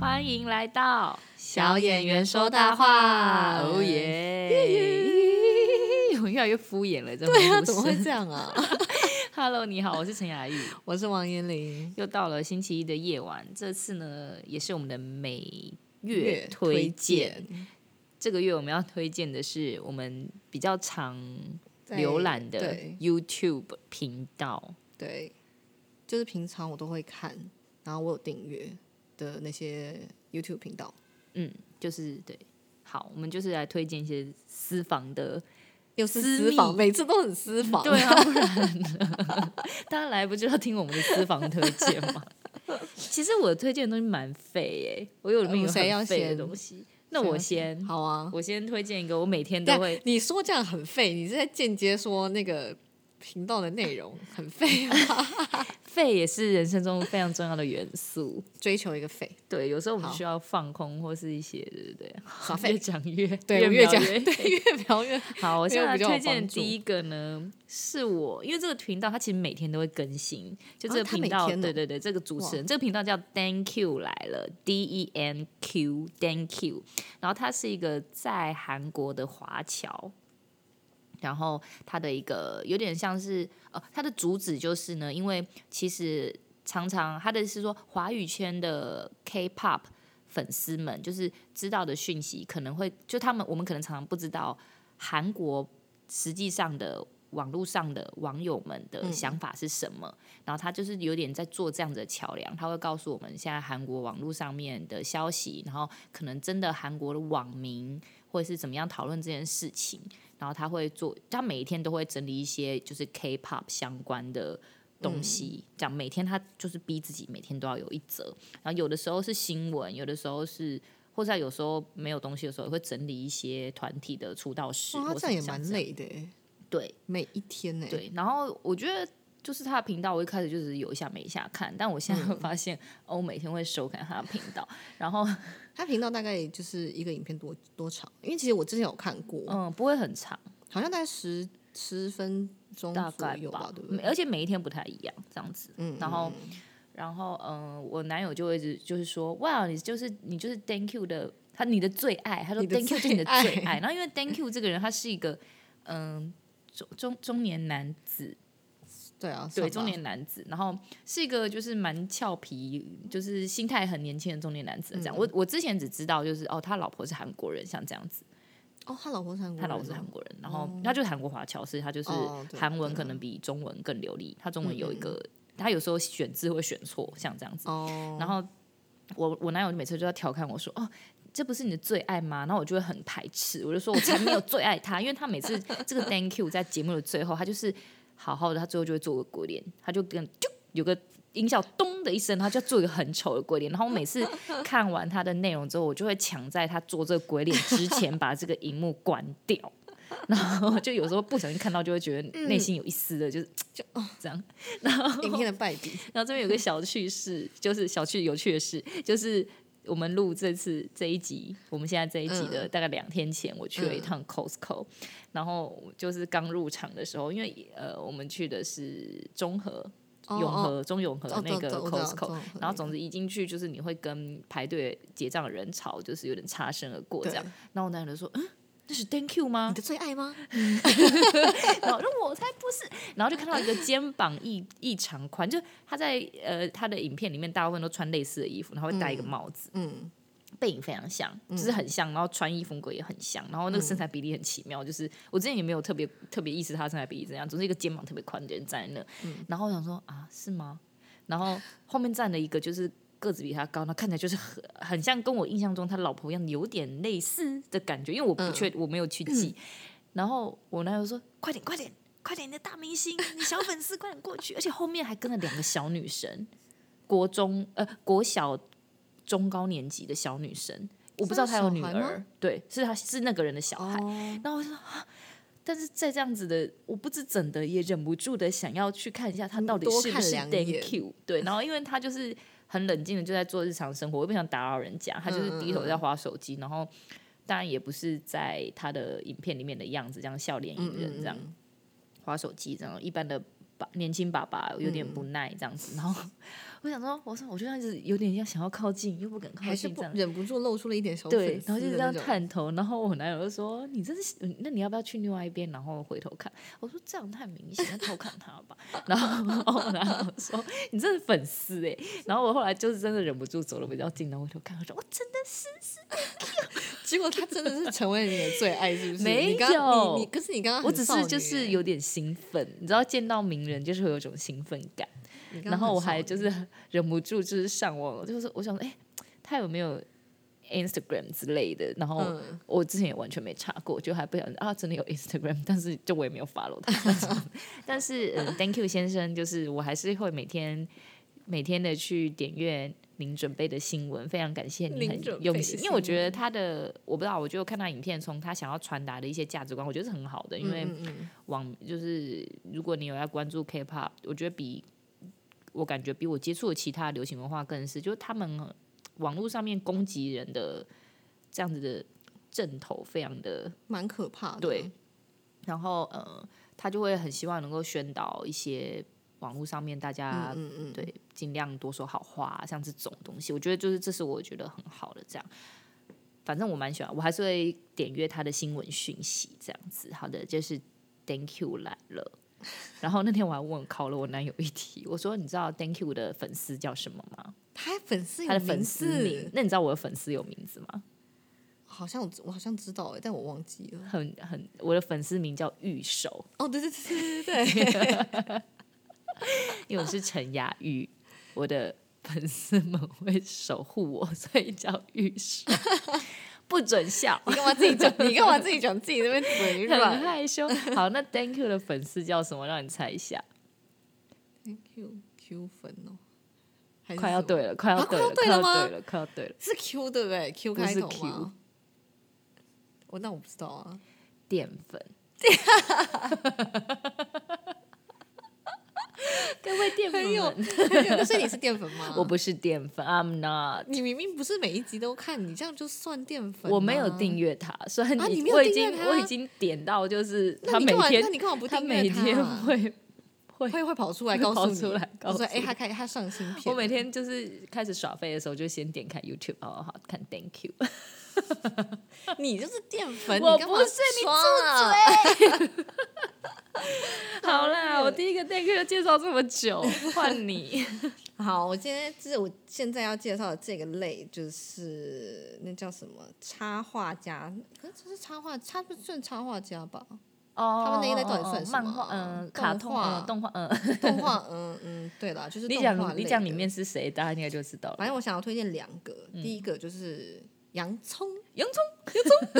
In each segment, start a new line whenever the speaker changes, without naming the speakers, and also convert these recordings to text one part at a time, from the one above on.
来到
小演员说大话
哦耶！我越来越敷衍了，这
对啊，
啊，
怎么会这样啊？
？Hello，你好，我是陈雅玉。
我是王彦霖，
又到了星期一的夜晚，这次呢也是我们的每
越
月推荐。，这个月我们要推荐的是我们比较常
在
浏览的
对
YouTube 频道。
对，就是平常我都会看，然后我有订阅的那些 YouTube 频道，
嗯，就是对。好，我们就是来推荐一些私房的，
又是
私
私
密
房，每次都很私房，
对 啊，不然呢大家来不就要听我们的私房推荐吗？ 其实我推荐的东西蛮废耶、哦我有里面有
嗯谁要
很废的
先
东西，那我先，啊
好啊。
我先推荐一个，我每天都
但
会，
你说这样很废，你是在间接说那个频道的内容很 废啊，
废也是人生中非常重要的元素。
追求一个废，
对，有时候我们
好
需要放空或是一些，对对对，
耍
越
废，
讲越，
对我
描
越讲
越
对越描越
好，我
没
现
有
在
比较有
推荐
帮
的
助
第一个呢，是我因为这个频道它其实每天都会更新，就
啊
这个
它每
频道，
天哦
对对对，这个主持人这个频道叫 Thank You 来了，D E N Q Thank You，然后他是一个在韩国的华侨。然后他的一个有点像是呃，他的主旨就是呢，因为其实常常他的是说华语圈的 K-pop 粉丝们，就是知道的讯息可能会就他们我们可能常常不知道韩国实际上的网络上的网友们
嗯
的想法是什么，然后他就是有点在做这样子的桥梁，他会告诉我们现在韩国网络上面的消息，然后可能真的韩国的网民或者是怎么样讨论这件事情，然后他会做，他每一天都会整理一些就是 K-pop 相关
嗯
的。东西这样，每天他就是逼自己每天都要有一则，然后有的时候是新闻，有的时候是，或者有时候没有东西的时候，也会整理一些团体的出道史，
哇，
或
他
者
这样也蛮
累。
累的欸，
对
每一天呢。
对，然后我觉得就是他的频道，我一开始就是有一下没一下看，但我现在
嗯
会发现，哦，我每天会收看他的频道，然后
他频道大概就是一个影片多多长？因为其实我之前有看过，
嗯，不会很长，
好像大概十十分钟
大
左
概
右吧，对不
每
对？
而且每一天不太一样，这样子，
嗯，
然后
嗯嗯
然后嗯，我男友就会一直就是说，哇，你就是你就是 Thank you 的，他你的最爱，他说
你的
Thank you 就是你的最
最
爱。然后因为 Thank you 这个人，他是一个嗯中中中年男子，
对啊，
对
算吧
中年男子，然后是一个就是蛮俏皮，就是心态很年轻的中年男子这样。我我之前只知道就是哦，他老婆是韩国人，像这样子，
哦，他老婆是韩国人
他
哦，
老婆是韩国人，然后他就是韩国华侨，所以他就是
哦对
韩文
对
可能比中文更流利，他中文有一个。他有时候选字会选错，像这样子。
嗯哦，
然后我我男友每次就要调侃我说：“哦，这不是你的最爱吗？”然后我就会很排斥，我就说我才没有最爱他，因为他每次这个 Thank you 在节目的最后，他就是好好的，他最后就会做个鬼脸，他就跟就有个。音效咚的一声，他就做一个很丑的鬼脸。然后我每次看完他的内容之后，我就会抢在他做这个鬼脸之前把这个荧幕关掉。然后就有时候不小心看到，就会觉得内
嗯
心有一丝的，就是就这样。
哦影片的败笔，
然后这边有个小趣事，就是小趣有趣的事，就是我们录这次这一集，我们现在这一集
嗯
的大概两天前，我去了一趟 Costco，、然后就是刚入场的时候，因为呃，我们去的是中和、
哦
永
哦
和、中永和
哦
那
懂
个
懂嗯我知道
Costco，、
中永和
然
那
后总之一进去就是你会跟排队结账的人潮就是有点擦身而过这
对
样，然后我男友就说，嗯，那是 Thank you 吗
你？的最爱吗？
然后我说我才不是，然后就看到一个肩膀异异常宽，就他在呃他的影片里面大部分都穿类似的衣服，然后会戴一个帽子，
嗯，
背影非常像，就是很像，然后穿衣风格也很像，然后那个身材比例很奇妙，就是我之前也没有特别特别意识他的身材比例怎样，总是一个肩膀特别宽的人站在那，然后我想说啊是吗？然后后面站了一个就是。个子比他高，那看起来就是很很像跟我印象中他老婆一样，有点类似的感觉，因为我
嗯
不确、我没有去记。然后我男友说：“快点，快点，快点，你的大明星，你小粉丝，快点过去！”而且后面还跟了两个小女生，国中呃国小中高年级的小女生，我不知道她有女
是她小孩
儿
吗，
对，是她是那个人的小孩。
哦，
然后我就说、啊，但是在这样子的，我不知怎的也忍不住的想要去看一下他到底
嗯多
是不
看
是
两
Thank
眼
you。对，然后因为他就是很冷静的就在做日常生活，我也不想打扰人家，他
嗯
就是低头在划手机，然后当然也不是
嗯
在他的影片里面的样子，这样笑脸迎人这样。划手机，这样一般的爸年轻爸爸有
嗯
点不耐这样子，然后 我想说，我说我就这样子有点要想要靠近，又不敢靠
还是
近
不
这样。
忍不住露出了一点小
对
粉，丝
然后就
的
这
那
样
种。
探头，然后我男友就说：“你真是，嗯那你要不要去另外一边，然后回头看？”我说：“这样太明显，要偷看他吧。”然后我男友说：“你真是粉丝哎、然后我后来就是真的忍不住走了比较近，然后回头看，我
哦
说：“我真的是
结果他真的是成为你的最爱，是不 是？
没
你刚刚
有
你你，可是你刚刚
我
很
只
少
是
女
就是
欸，
有点兴奋，你知道见到名人就是会有一种兴奋感。”
你刚刚
然后
很
我
少
还
女
就是 忍不住就是上网，就是我想说，哎、他有没有 Instagram 之类的？然后
嗯
我之前也完全没查过，就还不想啊，真的有 Instagram，但是就我也没有 follow 他。 但是嗯，Thank you 先生，就是我还是会每天每天的去点阅。您准备的新闻，非常感谢你
您
很
准备
用
的
心，因
新
为我觉得
闻
他的我不知道，我就看他影片，从他想要传达的一些价值观，我觉得是很好的，因为
嗯嗯嗯
网就是如果你有要关注 K-pop，我觉得比我感觉比我接触的其他流行文化更是，就是他们呃网络上面攻击人的这样子的阵头非常的
蛮可怕的。
对，然后呃，他就会很希望能够宣导一些网络上面大家
嗯嗯
对，尽量多说好话，啊像这种东西，我觉得就是这是我觉得很好的这样。反正我蛮喜欢，我还是会点阅他的新闻讯息这样子。好的，就是 Thank you 来了。然后那天我还问考了我男友一题，我说你知道 Thank you 的粉丝叫什么吗？
他还粉丝有
他的粉
名
丝名
字，，
那你知道我的粉丝有名字吗？
好像我我好像知道哎，但我忘记了。
很很，我的粉丝名叫玉手，
哦，对对对对对对，
因为我是陈雅玉，我的粉丝们会守护我，所以叫玉手， 不准笑。
你干嘛自己讲？你干嘛自己讲自己那边嘴
很
软
害羞。好，那 Thank you 的粉丝叫什么？让你猜一下。
？Thank you Q 粉哦，还是
快要
什么
对了，快要
啊
对了，快要
快要对了
对
吗
了，快要对了。
是 Q 对不对？Q
不是
开头
Q
吗？我那我不知道啊，
淀粉。 各位淀粉
很有，
们，
很有所以你是淀粉 吗？
我，不是淀粉，I'm not。
你明明不是每一集都看，你这样就算淀粉。啊
我没有，订阅他，虽然
啊你没有
我已
订阅
经
他
我已经点到，就是
那
他
你
每
干嘛？
天
那你干嘛不
他
订
每
阅他啊
天会会
会会跑出来
会
告
跑
诉你，
出来告
我说
诉
哎，
你
他开他上新片了，
我每天就是开始耍废的时候，就先点开 YouTube，哦，好看 Thank you。
你就是淀粉，
我
你干嘛
不是你
刷啊
好啦，我第一个 Thank you 就介绍这么久，换你。
好，我今天就是我现在要介绍的这个类，就是那叫什么插画家，可是这是插画，他不算插画家吧？
哦
他们那一类到底算什么啊
漫画，嗯，
动
卡通，
画
嗯，动画，嗯。
动画，嗯嗯，对啦， 就是
你
动画
讲，你
类
讲
的
里，面嗯是谁，大家应该就知道
反
了。
正我想要推荐两个，第一个就是洋葱，
洋 葱，洋 葱，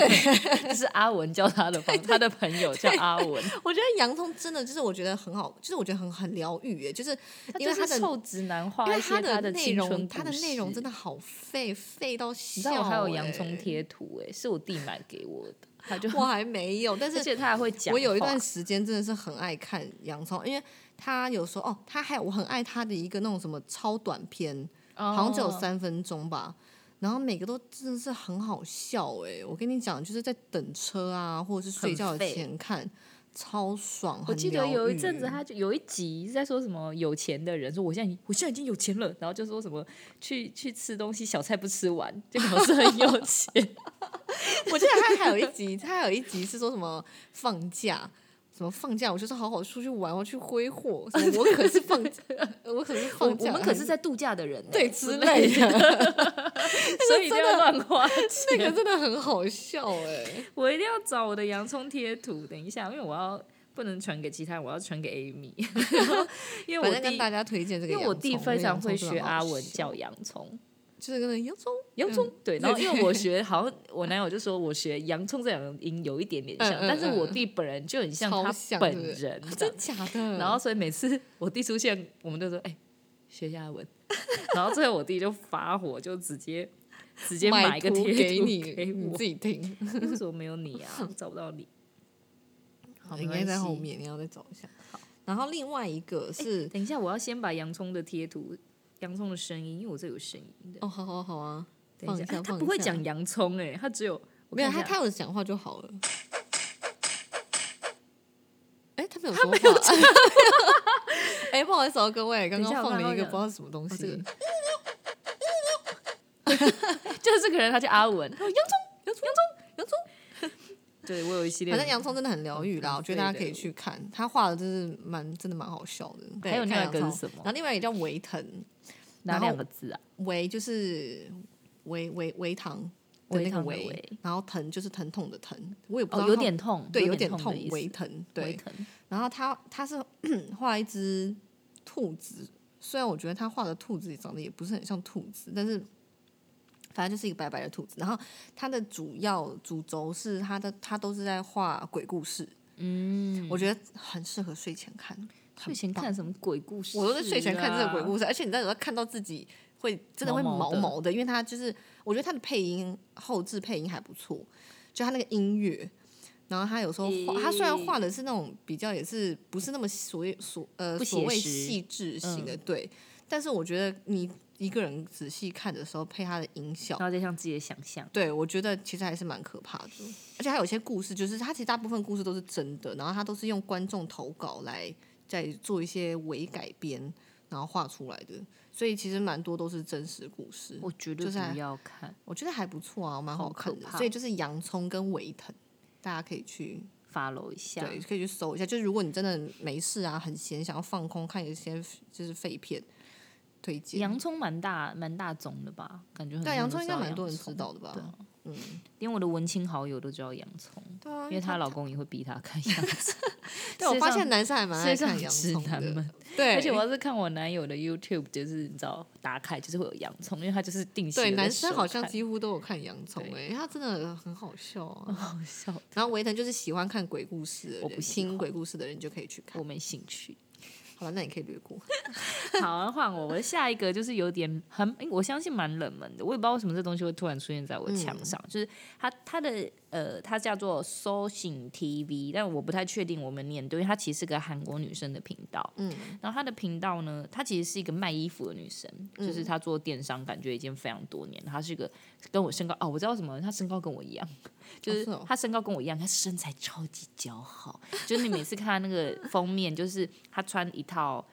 对，是阿文叫他的朋，他的朋友叫阿文，
我觉得洋葱真的就是我觉得很好，就是我觉得很很疗愈耶，就是 因为
他
它
就是
的。
臭直男画
因为
哦一些
它
的
内
青春
容，它的
故
内容
事
真的好废，废到
你
笑。
知
欸
道我还有洋葱，贴图哎，是我弟买给我的，他就，
我还没有，但是
而且他还会讲话。
我有一段时间真的是很爱看洋葱，因为他有时候哦，他还我很爱他的一个那种什么超短片，好像只有
哦
三分钟吧。然后每个都真的是很好笑哎、我跟你讲，就是在等车啊，或者是睡觉
很
的
废
前看，超爽。
我
很
记得
疗
有一
愈
阵子，他就有一集是在说什么有钱的人说我现在已我现在已经有钱了，然后就说什么去去吃东西小菜不吃完，就表示很有 钱。
我记得他还有一集，他还有一集是说什么放假。什么放假？我就是好好出去玩，我去挥霍。什么我可是放， 我可是
我
放假，
我们可是在度假的人欸、
对之类的，
所 以一定要乱花
那
钱。
个真的很好笑哎、
我一定要找我的洋葱贴图，等一下，因为我要不能传给其他人，我要传给 Amy，因为
反
我
正
弟
跟大家推荐这个
因
洋
为
葱，
我弟非常会
这个
学
洋葱真的很
阿
好
文
吃，
叫洋葱。
就是跟洋葱，
洋葱、对，然后
嗯对
因为我学，好像我男友就说我学洋葱这两个音有一点点像，
嗯嗯
但是我弟本人就很像
超
他
像
本
对不对
人
啊
这样
真假的？
然后所以每次我弟出现，我们就说哎、学一下阿文，然后最后我弟就发火，就直接直接买
买
一个
图
贴
给
图
你，
给
你
我
自，己听，
为什么没有你啊？我找不到你，好，
应
没
该在
关
后
系。
面，你要再找一下。然后另外一个是，
等一下，我要先把洋葱的贴图。洋葱的声音，因为我这有声音的。
哦，好好好啊，
等一
放
下，
一下
哎他
放
不
一
会
下
讲洋葱哎、他只有我
没有
看
他
一下
他有讲话就好了。哎，他没有
他
说
没有
话，哎、不好意思哦，各位，刚
等一下
刚
我
放了一个
刚刚
不知道是什么东
哦这
西
个，就是这个人，他叫阿文，他说洋葱，洋葱，洋葱，洋葱。 对我有一系列
反
的，
正洋葱真的很疗愈
嗯
啦，我觉得大家
对
可以
对
去看，他画的真是蛮真的蛮好笑的。对
还有另外
看
一个
洋葱
是什么
然后另外一个叫维腾，
哪
然后
两个字啊？
维就是维维维糖的那
维
个
糖的
维
维，
然后疼就是疼痛的疼，我也不知
哦，
道
有
他
点痛，
对，
有
有点
痛的
痛
意，思
微疼，
微
对。
疼。
然后他他是 画一只兔子，虽然我觉得他画的兔子也长得也不是很像兔子，但是反正就是一个白白的兔子。然后他的主要主轴是他的，他都是在画鬼故事，
嗯，
我觉得很适合睡前看。很
睡前
棒
看什么鬼故事啊？
我都在睡前看这个鬼故事，而且你知道有时候看到自己会真的会
啊毛毛
毛
的
毛的，因为它就是我觉得它的配音后置配音还不错，就它那个音乐，然后它有时候画，它虽然画的是那种比较也是不是那么所谓所呃
不写
所谓
实嗯
细致型的、对，但是我觉得你一个人仔细看的时候配它的音效
然。后再像自己的想象，
对，我觉得其实还是蛮可怕的，而且还有一些故事，就是它其实大部分故事都是真的，然后它都是用观众投稿来再做一些伪改编，然后画出来的，所以其实蛮多都是真实故事，
我绝对
就是还
不要看。
我觉得还不错啊，蛮
好
好看
可
的。
怕
所以就是洋葱跟维腾，大家可以去
follow 一下，
对，可以去搜一下。就是如果你真的没事啊，很闲，想要放空，看一些就是废片，推荐。
洋葱蛮大蛮大宗的吧，感觉很多人
对啊，洋
都
葱应
知
该
道
蛮
洋
多人
葱
知，道的吧？
对啊
嗯，
连我的文青好友都知道洋葱，
对啊，
因为她老公也会逼她看洋葱。
对，
世
我
界
发
上
现男生还蛮
世
爱
界上
看洋
直
葱
男
的
们，，
对，
而且我要是看我男友的 YouTube，就是你知道打开就是会有洋葱，因为他就是定期
对
有在
男生
收
好像
看
几乎都有看洋葱哎、
对
欸，他真的很好 笑啊。
好笑，
然后维腾就是喜欢看鬼故事的人，
我不喜
听
欢
鬼故事的人就可以去看
我。没兴趣。
好了，那你可以略过。
好，换我，我的下一个就是有点很，诶我相信蛮冷门的，我也不知道为什么这东西会突然出现在我墙上，
嗯
就是它它的呃，它叫做 Sourcing TV，但我不太确定我们念对，因为它其实是个韩国女生的频道，
嗯，
然后她的频道呢，她其实是一个卖衣服的女生，
嗯
就是她做电商，感觉已经非常多年。她是一个跟我身高哦，我知道为什么，她身高跟我一样，就是
是哦
她身高跟我一样，她身材超级姣好。就是你每次看她那个封面，就是她穿一套，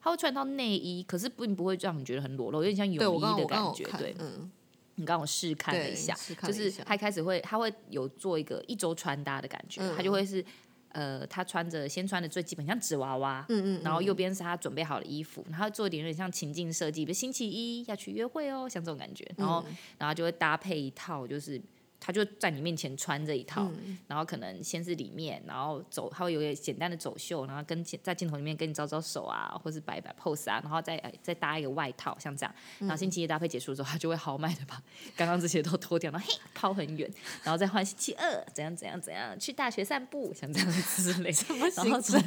她会穿一套内衣，可是并不会让你觉得很裸露，有点像
对
泳
我刚
衣的
刚我刚
感
好
觉。
看
对，，
嗯，
你刚我试看了
对
一下，
试看
就
了
是
一下
他一开始会，他会有做一个一周穿搭的感觉，
嗯
他就会是，呃，他穿着先穿的最基本像纸娃娃，嗯嗯然后右边是他准备好的衣服，然后做一点有点像情境设计，比如星期一要去约会哦，像这种感觉，然
嗯
后、然后就会搭配一套，就是他就在你面前穿这一套，
嗯
然后可能先是里面，然后走，他会有点简单的走秀，然后跟镜在镜头里面跟你招招手啊，或是摆一摆 pose 啊，然后再呃再搭一个外套，像这样。然后星期一搭配结束之后，他就会豪迈的把 刚刚这些都脱掉，然后嘿抛很远，然后再换星期二怎样怎样怎样去大学散步，像这样之类。然后总之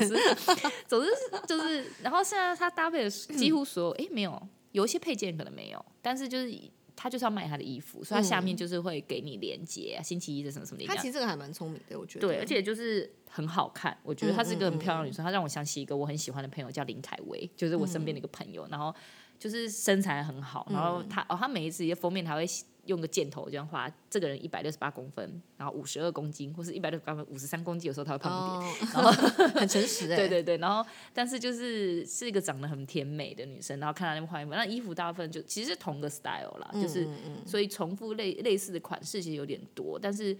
总之 是就是，然后现在他搭配的几乎所有，诶，没有，有一些配件可能没有，但是就是他就是要卖他的衣服，所以他下面就是会给你链接，啊星期一的什么什么链
他
接
其。实这个还蛮聪明的，我觉得。
对，而且就是很好看，我觉得
嗯
她是一个
嗯
很漂亮的女生，她让我想起一个我很喜欢的朋友叫林凯威，就是我身边的一
嗯
个朋友，然后就是身材很好，然后她哦，她每一次的封面她会用个箭头这样画，这个人一百六十八公分，然后五十二公斤，或是一百六十八公分，五十三公斤，有时候她会胖一点，
哦，
然后
很诚实哎、
对对对，然后但是就是是一个长得很甜美的女生，然后看她那边换衣服，那衣服大部分就其实是同个 style 啦，
嗯
就是所以重复类类似的款式其实有点多，但是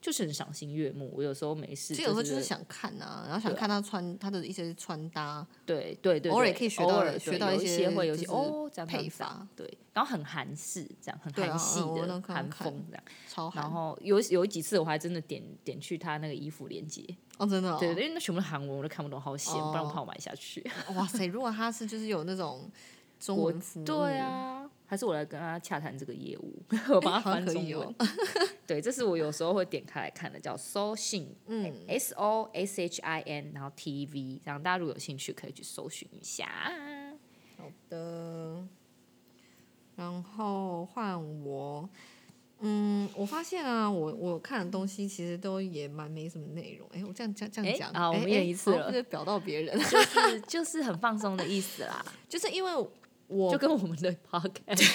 就是很赏心悦目。我有时候没事，
其实有时候就是
是
想看啊，然后想看他穿他的一些穿搭，
对对对，
偶尔也
对
可以学
偶
到
尔
学
对
到
有
一
一
些
会有
就
些
是
哦这样这样
配
这样
法
对，然后很韩式这样，很
对啊
韩系
嗯我
的
那刚
韩
看
风这样。
超
然
好
后有有几次我还真的点点去她那个衣服链接，
哦，真的、哦，嗯
对，因为那全部都韩文我都看不懂，好险，不然我怕我买下去。
哇塞！如果他是就是有那种中
我
文服务，
对啊，还是我来跟他洽谈这个业务， 我帮他
好像
翻
可
中
以
文。
哦
对，这是我有时候会点开来看的，叫 So Shin，嗯，S O S H I N，然后 T V，然后大家如果有兴趣可以去搜寻一下。啊
好的，然后换我。嗯，我发现啊，我我看的东西其实都也蛮没什么内容。哎，我这样这样这样
哎
讲
啊我
哎
们也
哎
一次
好像
了
是表到 别人，
就是就是很放松的意思啦，
就是因为
就
我
跟我们的 podcast，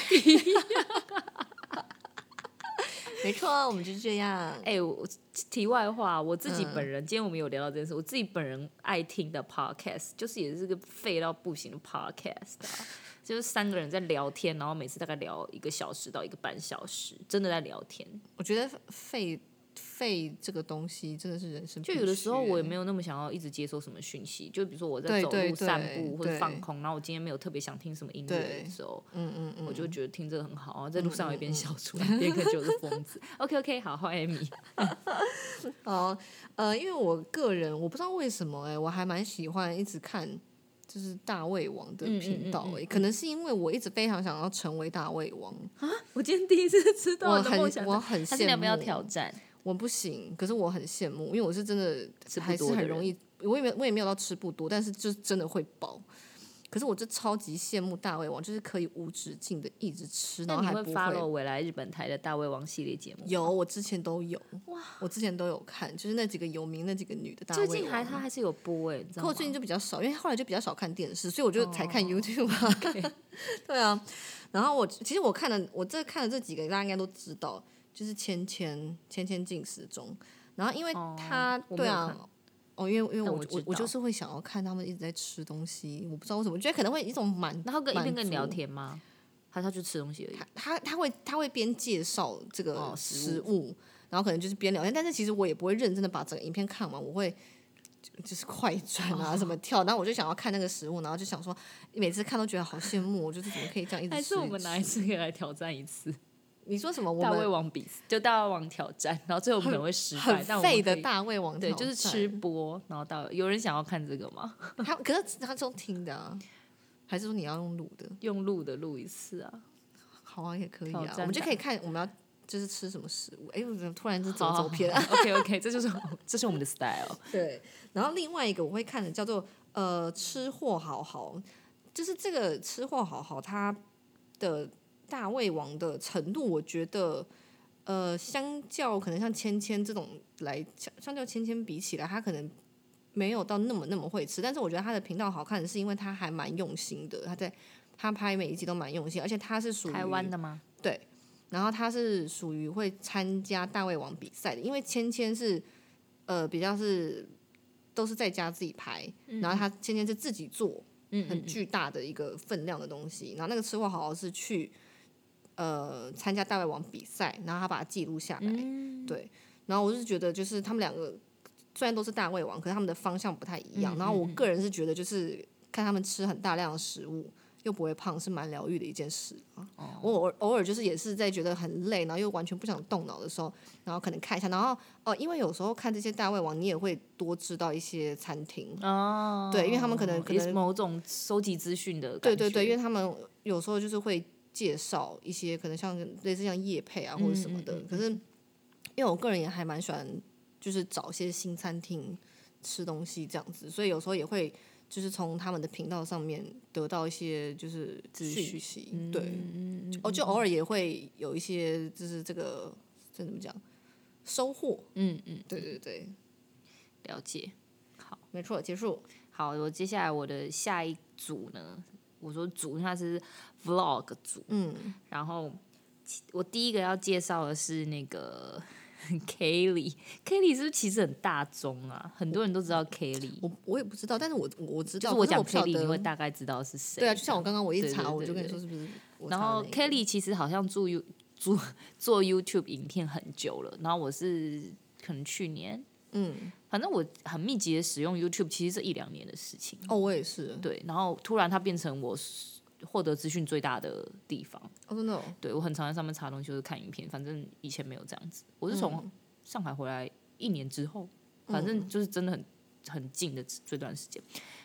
没错，我们就是这样。
哎、我题外话，我自己
嗯
本人、今天我们有聊到这件事，我自己本人爱听的 podcast 就是也是个废到不行的 podcast，、啊、就是三个人在聊天，然后每次大概聊一个小时到一个半小时，真的在聊天。
我觉得废废这个东西真的是人生必
就
须欸，
有的时候我也没
有
有那么想要一直接收什么讯息，就比如说我在
对
走
对
路、散
对
步或者
对
放空，然后我今天没有特别想听什么音乐
对
的时候，
嗯嗯嗯，
我就觉得听这个很好啊，在路上我一边笑出来， 边跟就是疯子。OK OK，好，欢迎 Amy。
哦，呃，因为我个人我不知道为什么哎、我还蛮喜欢一直看就是大胃王的
嗯嗯嗯
频道
嗯
哎、可能是因为我一直非常想要成为大胃王，
我今天第一次知道
我
你的梦
很
想
我很
他是
羡
要
慕，
不要挑战？
我不行，可是我很羡慕，因为我是真的
吃不
还是
多的
很
人
容易，我也没有我也没有到吃不多，但是就是真的会饱。可是我就超级羡慕大胃王，就是可以无止境的一直吃，然
那
后
你
还
会
不
follow 未来日本台的大胃王系列节目？
有，我之前都有，我之前都有看，就是那几个有名那几个女的大胃
最
王。啊
近还他还是有播哎、你知道
可
吗
我？最近就比较少，因为后来就比较少看电视，所以我就才看
哦
YouTube 啊。 对啊，然后我其实我看了，我这看了这几个，大家应该都知道，就是芊芊芊芊进食中。然后因为
哦
他、
我没
对
有
啊
看，
哦，因为因为
但我
我我
知
我就
道
是会想要看他们一直在吃东西，我不知道为什么，我觉得可能会一种满
然后跟一
满
边跟你聊
足
天吗？还是他去吃东西而已？
他他他会他会边介绍这个
哦
食
食
物，然后可能就是边聊天，但是其实我也不会认真的把整个影片看完，我会就就是快转
哦
啊什么跳，然后我就想要看那个食物，然后就想说每次看都觉得好羡慕，我就是怎么可以这样一直吃？
还是我们哪
一
一
直吃
次可以来挑战一次
你说什么？我
大胃
们
王比赛？就大胃王挑战，然后最后我们可能会失败，但
很
我们
废的
可以
大胃王
对，
挑
就是
战
吃播，然后到有人想要看这个吗？
他，可是他是用听的啊，还是说你要用录的？
用录的录一次啊，
好啊，也可以
挑
啊
战，
我们就
吧
可以看我们要。就是吃什么食物？哎，我怎么突然就走
好
走偏了？
OK OK，这就是我这是我们的 style。
对，然后另外一个我会看的叫做呃吃货好好，就是这个吃货好好它的大胃王的程度，我觉得呃相较可能像芊芊这种来相相较芊芊比起来，他可能。没有到那么那么会吃，但是我觉得他的频道好看，是因为他还蛮用心的。他在他拍每一集都蛮用心，而且他是属于
台湾的吗？
对，然后他是属于会参加大胃王比赛的，因为芊芊是呃比较是都是在家自己拍，然后他芊芊是自己做
嗯
很巨大的一个分量的东西，然后那个吃货好好是去呃参加大胃王比赛，然后他把它记录下来，
嗯
对，然后我是觉得就是他们两个虽然都是大胃王，可是他们的方向不太一样，
嗯
然后我
嗯嗯
个人是觉得就是看他们吃很大量的食物。又不会胖，是蛮疗愈的一件事啊。
哦
我偶尔偶尔就是也是在觉得很累，然后又完全不想动脑的时候，然后可能看一下，然后哦，因为有时候看这些大胃王，你也会多知道一些餐厅，
哦，
对因为他们可能可
也
能
是某种收集资讯的感
对
觉，
对对，因为他们有时候就是会介绍一些可能像类似像夜配啊或者什么的，
嗯嗯嗯嗯
可是因为我个人也还蛮喜欢，就是找一些新餐厅吃东西这样子，所以有时候也会就是从他们的频道上面得到一些就是
资讯嗯
讯息，对，我就偶尔也会有一些就是这个这怎么讲收获，
嗯嗯，
对对对，
了解。
没错，结束，
好，我接下来我的下一组呢，我说组它是 vlog 组，
嗯，
然后其我第一个要介绍的是那个 Kelly，Kelly 是不是其实很大众啊？很多人都知道 Kelly，
我我也不知道，但是我我我知
就
道，
是
可是
讲
我不晓
Kelly 你会
得。
大概知道是谁。
对啊，就像我刚刚我一
对对
查，
对
我就跟你
对
说是不是我查
然
的
后
那一个？
Kelly 其实好像做 You 做做 YouTube 影片很久了，然后我是可能去年，
嗯，
反正我很密集的使用 YouTube，其实是一两年的事情。
哦，我也是，
对，然后突然它变成我获得资讯最大的地方。
哦，真的哦、
对我很常在上面查东西，就是看影片，反正以前没有这样子。我是从上海回来一年之后，反正就是真的很很近的这段时间。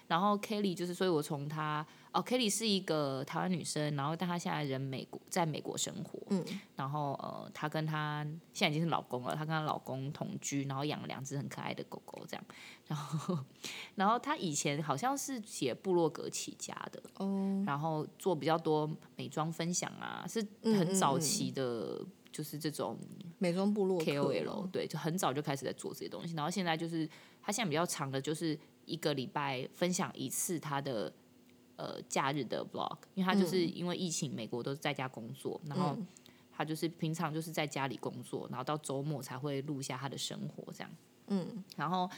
然后 Kelly 就是，所以我从她哦，Kelly 是一个台湾女生，然后但她现在人美国，在美国生活，
嗯，
然后呃，她跟她现在已经是老公了，她跟她老公同居，然后养了两只很可爱的狗狗这样。然后， 然后她以前好像是写部落格起家的，
哦，
然后做比较多美妆分享啊，是
嗯
很早
嗯嗯
期的，就是这种
美妆部落客哦
KOL，对，就很早就开始在做这些东西。然后现在就是他现在比较长的，就是一个礼拜分享一次他的呃假日的 vlog，因为他就是因为疫情，美国都是在家工作，然后
嗯
他就是平常就是在家里工作，然后到周末才会录下他的生活这样。嗯，然后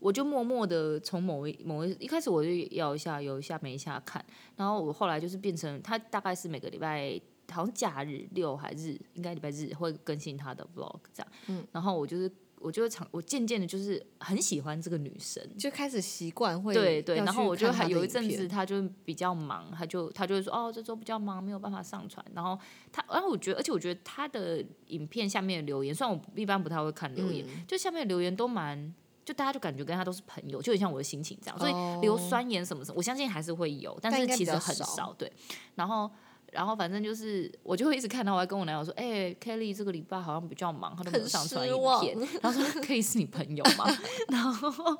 我就默默的从某一某一一开始我就要一下有一下没一下看，然后我后来就是变成他大概是每个礼拜。好像假日六还日，应该礼拜日会更新他的 vlog 这样，嗯，然后我就是我就会常我渐渐的就是很喜欢这个女生，
就开始习惯会
对对，
要
然后
去
我就
看
还
她的
有一
影
阵
片
子，他就比较忙，他就他就会说哦，这周比较忙，没有办法上传。然后他，然后我觉得，而且我觉得他的影片下面的留言，虽然我一般不太会看留言，
嗯
就下面的留言都蛮，就大家就感觉跟他都是朋友，就很像我的心情这样。所以留酸言什么什么，我相信还是会有，但
哦
是
但应该
其
比
实
较
很
少
少对。然后。然后反正就是，我就会一直看到，我还跟我男友说：“哎、k e l l y 这个礼拜好像比较忙，他都没有
很
上传
失
影
望
片。”然后说：“可以是你朋友吗？” 然后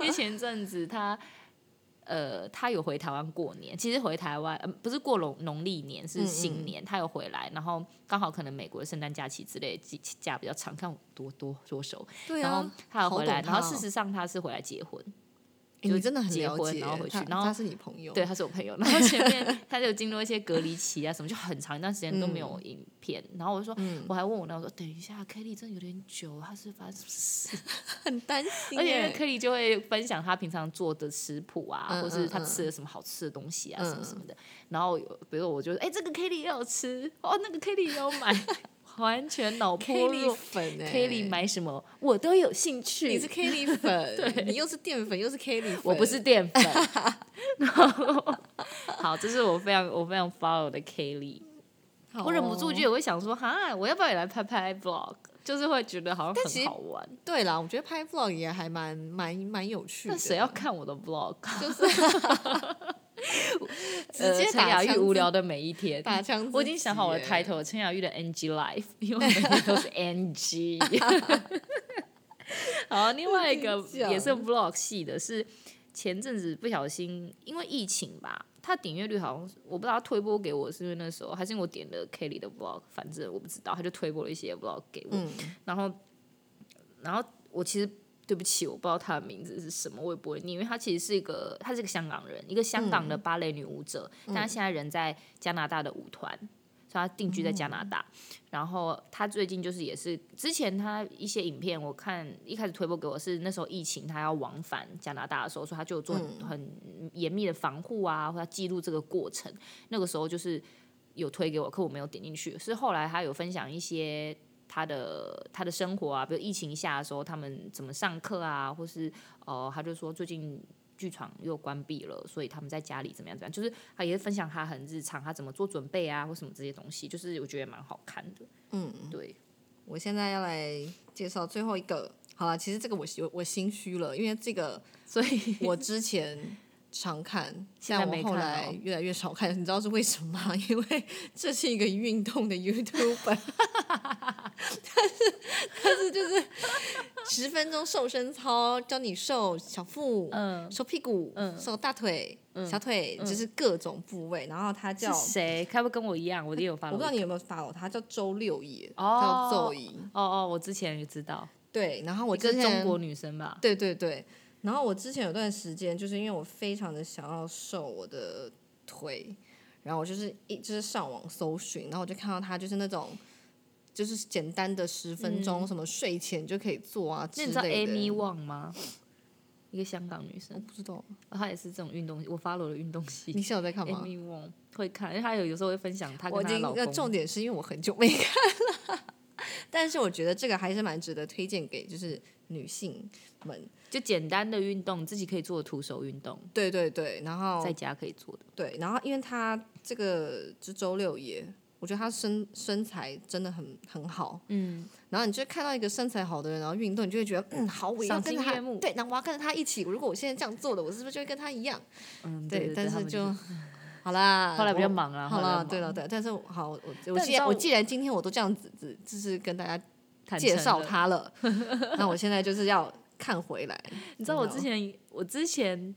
因为前阵子他呃，他有回台湾过年，其实回台湾、呃、不是过农农历年，
嗯
是新年，他有回来，然后刚好可能美国的圣诞假期之类的假假比较长，看我多多多熟，
对
然
啊，
后他有
好
回来，
懂
然后
她
事
哦
实上他是回来结婚，
欸
就
你真的很
结
了
婚
解，
然后回去
他
然后
他是你朋友，
对，，他是我朋友。然后前 面他就经过一些隔离期啊什么，就很长一段时间都没有影片。然后我就说，我还问我男友说，等一下，Kelly 真的有点久，他是发生什么事？
很担心
而且因
欸，
为 Kelly 就会分享她平常做的食谱啊，
嗯
或是
嗯
她
嗯
吃了什么好吃的东西啊，
嗯
什么什么的。然后有比如我就哎、这个 Kelly 也有吃，哦，那个 Kelly 也有买，完全脑波
Kelly
弱。
粉哎
Kelly 买什么我都有兴趣，
你是 Kelly 粉，你又是淀粉又是 Kelly 粉，
我不是淀 粉。然后好，这是我非常我非常 follow 的 Kelly，、
好哦，
我忍不住就也会想说，哈，我要不要也来拍拍 vlog？就是会觉得好像
但其
很
实
好玩，
对啦，我觉得拍 vlog 也还蛮蛮蛮有趣的，
但谁要看我的 vlog？
就是 直接
呃陈
打
雅
枪
玉
自
无聊的每一天。
打枪自己欸，
我已经想好我的 title，陈雅玉的 NG Life，因为我每天都是 NG。好， 另外一个
我跟你讲
也是 vlog 系的是前阵子不小心因为疫情吧，它点阅率好像是我不知道他推播给我是因为那时候还是因为我点了 Kelly 的 vlog，反正我不知道，他就推播了一些 vlog 给我，
嗯
然后然后我其实。对不起，我不知道他的名字是什么，我也不会念，因为他其实是一个，他是一个香港人，一个香港的
嗯
芭蕾女舞者，但他现在人在加拿大的舞团，所以他定居在加
嗯
拿大。然后他最近就是也是，之前他一些影片我看一开始推播给我是那时候疫情，他要往返加拿大的时候，所以他就有做很、很严密的防护啊，或者记录这个过程。那个时候就是有推给我，可我没有点进去。是后来他有分享一些他的他的生活啊，比如疫情下的时候他们怎么上课啊，或是哦、呃他就说最近。剧场又关闭了，所以他们在家里怎么样怎么样，就是他也分享他很日常，他怎么做准备啊，或什么这些东西，就是我觉得蛮好看的。
嗯，
对，
我现在要来介绍最后一个，好啦，其实这个我心我心虚了，因为这个
所以
我之前常 看，
现在
但
没
我后
看
来
哦
越来越少看，你知道是为什么吗？ 因为这是一个运动的 YouTube，但 是但是就是十分钟瘦身操，教你瘦小腹、
嗯，
瘦屁股、瘦大腿、小腿，就是各种部位。然后他
是
叫
谁？该不会跟我一样？我也有发
我不知道
了。
你有没有 follow，他叫周六爷，
哦
叫邹怡。
哦哦，我之前也知道，
对，然后我之
这是
前
中国女生吧？
对对对，然后我之前有段时间，就是因为我非常的想要瘦我的腿，然后我就是一就是上网搜寻，然后我就看到它就是那种就是简单的十分钟，什么睡前就可以做啊
嗯
之
那你知道
类的。
Amy Wang 吗？一个香港女生
我，不知道，
她也是这种运动，我 follow 了运动系。
你现在有在看吗？
Amy Wang 会看，因为她有有时候会分享她跟
我已
她
经
老
那
公。
重点是因为我很久没看了， 但是我觉得这个还是蛮值得推荐给就是女性们。
就简单的运动，自己可以做的徒手运动，
对对对，然后
在家可以做的。
对，然后因为他这个就周六爷，我觉得他身身材真的很很好，
嗯，
然后你就看到一个身材好的人，然后运动，你就会觉得嗯，好，我要
赏
跟
心
他
悦目，
对，然后我要跟着他一起。如果我现在这样做了，我是不是就会跟他一样？
嗯，
对，
对，
但
他
是
们
就 好 啦，
后来比较
我
忙啦
好
后来比较
啦，
忙
对了对，但是我好，我我
但你知
既
道
然我
我
既然今天我都这样子，只就是跟大家
坦诚
介绍
了
他了， 那我现在就是要看回来，
你知道我之
真的哦
前，我之前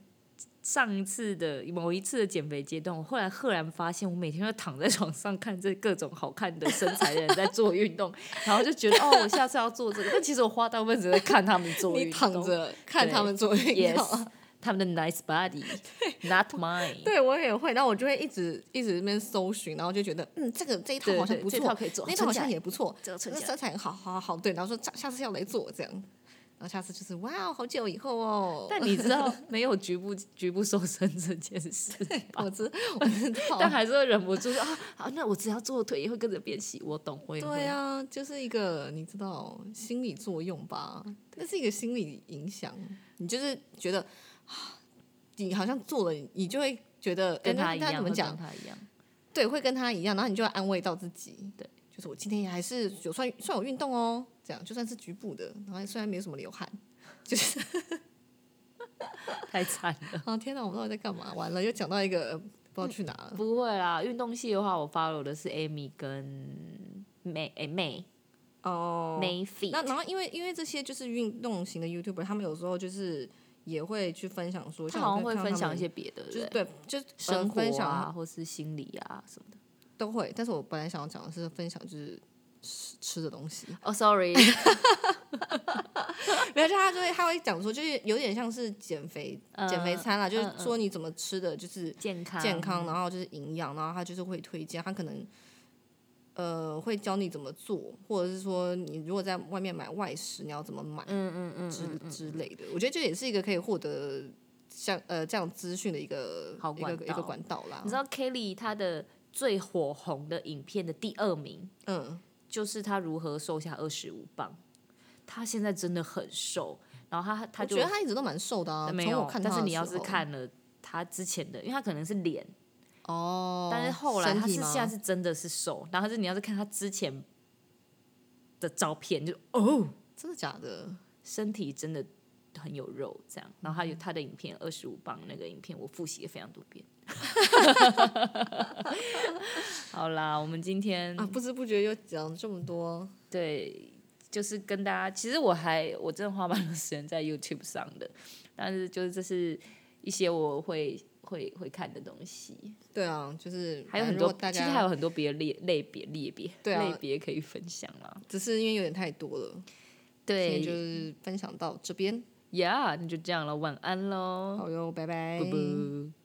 上一次的某一次的减肥阶段，我后来赫然发现，我每天都躺在床上看这各种好看的身材的人在做运动，然后就觉得哦，我下次要做这个。但其实我花大部分时间在看他们
哦
做
你
运动，
躺着看他
对
们做运动
Yes，他们的 nice body，not mine。
对我也会，然后我就会一直一直那边搜寻，然后就觉得，嗯，这个这一套
对
好像
对
不
这
错，
套可以做
那套好
存起来
像也不错，
这个存
那
起来
身材很好，好好好，对，然后说下下次要来做这样，然后下次就是哇，好久以后哦，
但你知道没有局部局部瘦身这件事，
我知我知 道，
但还是会忍不住说啊啊，那我只要做腿也会跟着变细，我懂，我也会。
对啊，就是一个你知道心理作用吧，那是一个心理影响，你就是觉得啊你好像做了，你就会觉得
跟
人
他
家
一
人家
样，
怎么
会
讲
跟？他一样，
对，会跟他一样，然后你就要安慰到自己，
对，
就是我今天也还是有算算有运动哦，这样就算是局部的，然后虽然没有什么流 汗，就是
太惨了。
啊天哪，我们到底在干嘛？完了又讲到一个呃不知道去哪了，
不会啦，运动系的话，我 follow 的是 Amy 跟 May 诶 May
哦
May f e
那
e
然后因为因为这些就是运动型的 YouTuber，他们有时候就是也会去分享说，
他
像
好
我
像
就
会
看到
分
他
享
们
一些别的，
就是
对不对
对，就是
生
呃、分
活啊，
享
或是心理啊什么的。
都会。但是我本来想要讲的是分享就是吃吃的 东西，
哦、s o r r y
没有，就他就会他会讲说，就是有点像是减肥、
嗯
减肥餐啦，就是说你怎么吃的，就是
呃健康
健康，然后就是营养，然后他就是会推荐，他可能呃会教你怎么做，或者是说你如果在外面买外食，你要怎么买，嗯嗯嗯之之类的。我觉得这也是一个可以获得像呃这样资讯的一个
好
一个
管道
一个管道啦
你。知道 Kelly 她的最火红的影片的第二名
嗯，
就是她如何瘦下二十五磅，她现在真的很瘦，然后她她
我
就
觉得他一直都蛮瘦的啊，
没
从
有
我看，他
但是
的
你要
时
是
候
看了她之前的，因为她可能是脸。
哦，
但是后来
身
他
体
是
吗
现在是真的是瘦，然后是你要是看他之前的照片，就哦，
真的假的？
身体真的很有肉这样。然后
嗯
他有他的影片二十五磅那个影片，我复习了非常多 遍。好啦，我们今天、
啊，不知不觉又讲这么多，
对，就是跟大家，其实我还我真的花蛮多时间在 YouTube 上的，但是就是这是一些我会会会看的东西，
对啊，就是
还有
反正
很
如
多，
果大
其实还
家
有很多别的类类别类别、
对啊
类别可以分享啦。
只是因为有点太多了，所
对
以就是分享到这边，
，Yeah，那就这样了，晚安喽，
好哟，拜拜。
啵啵。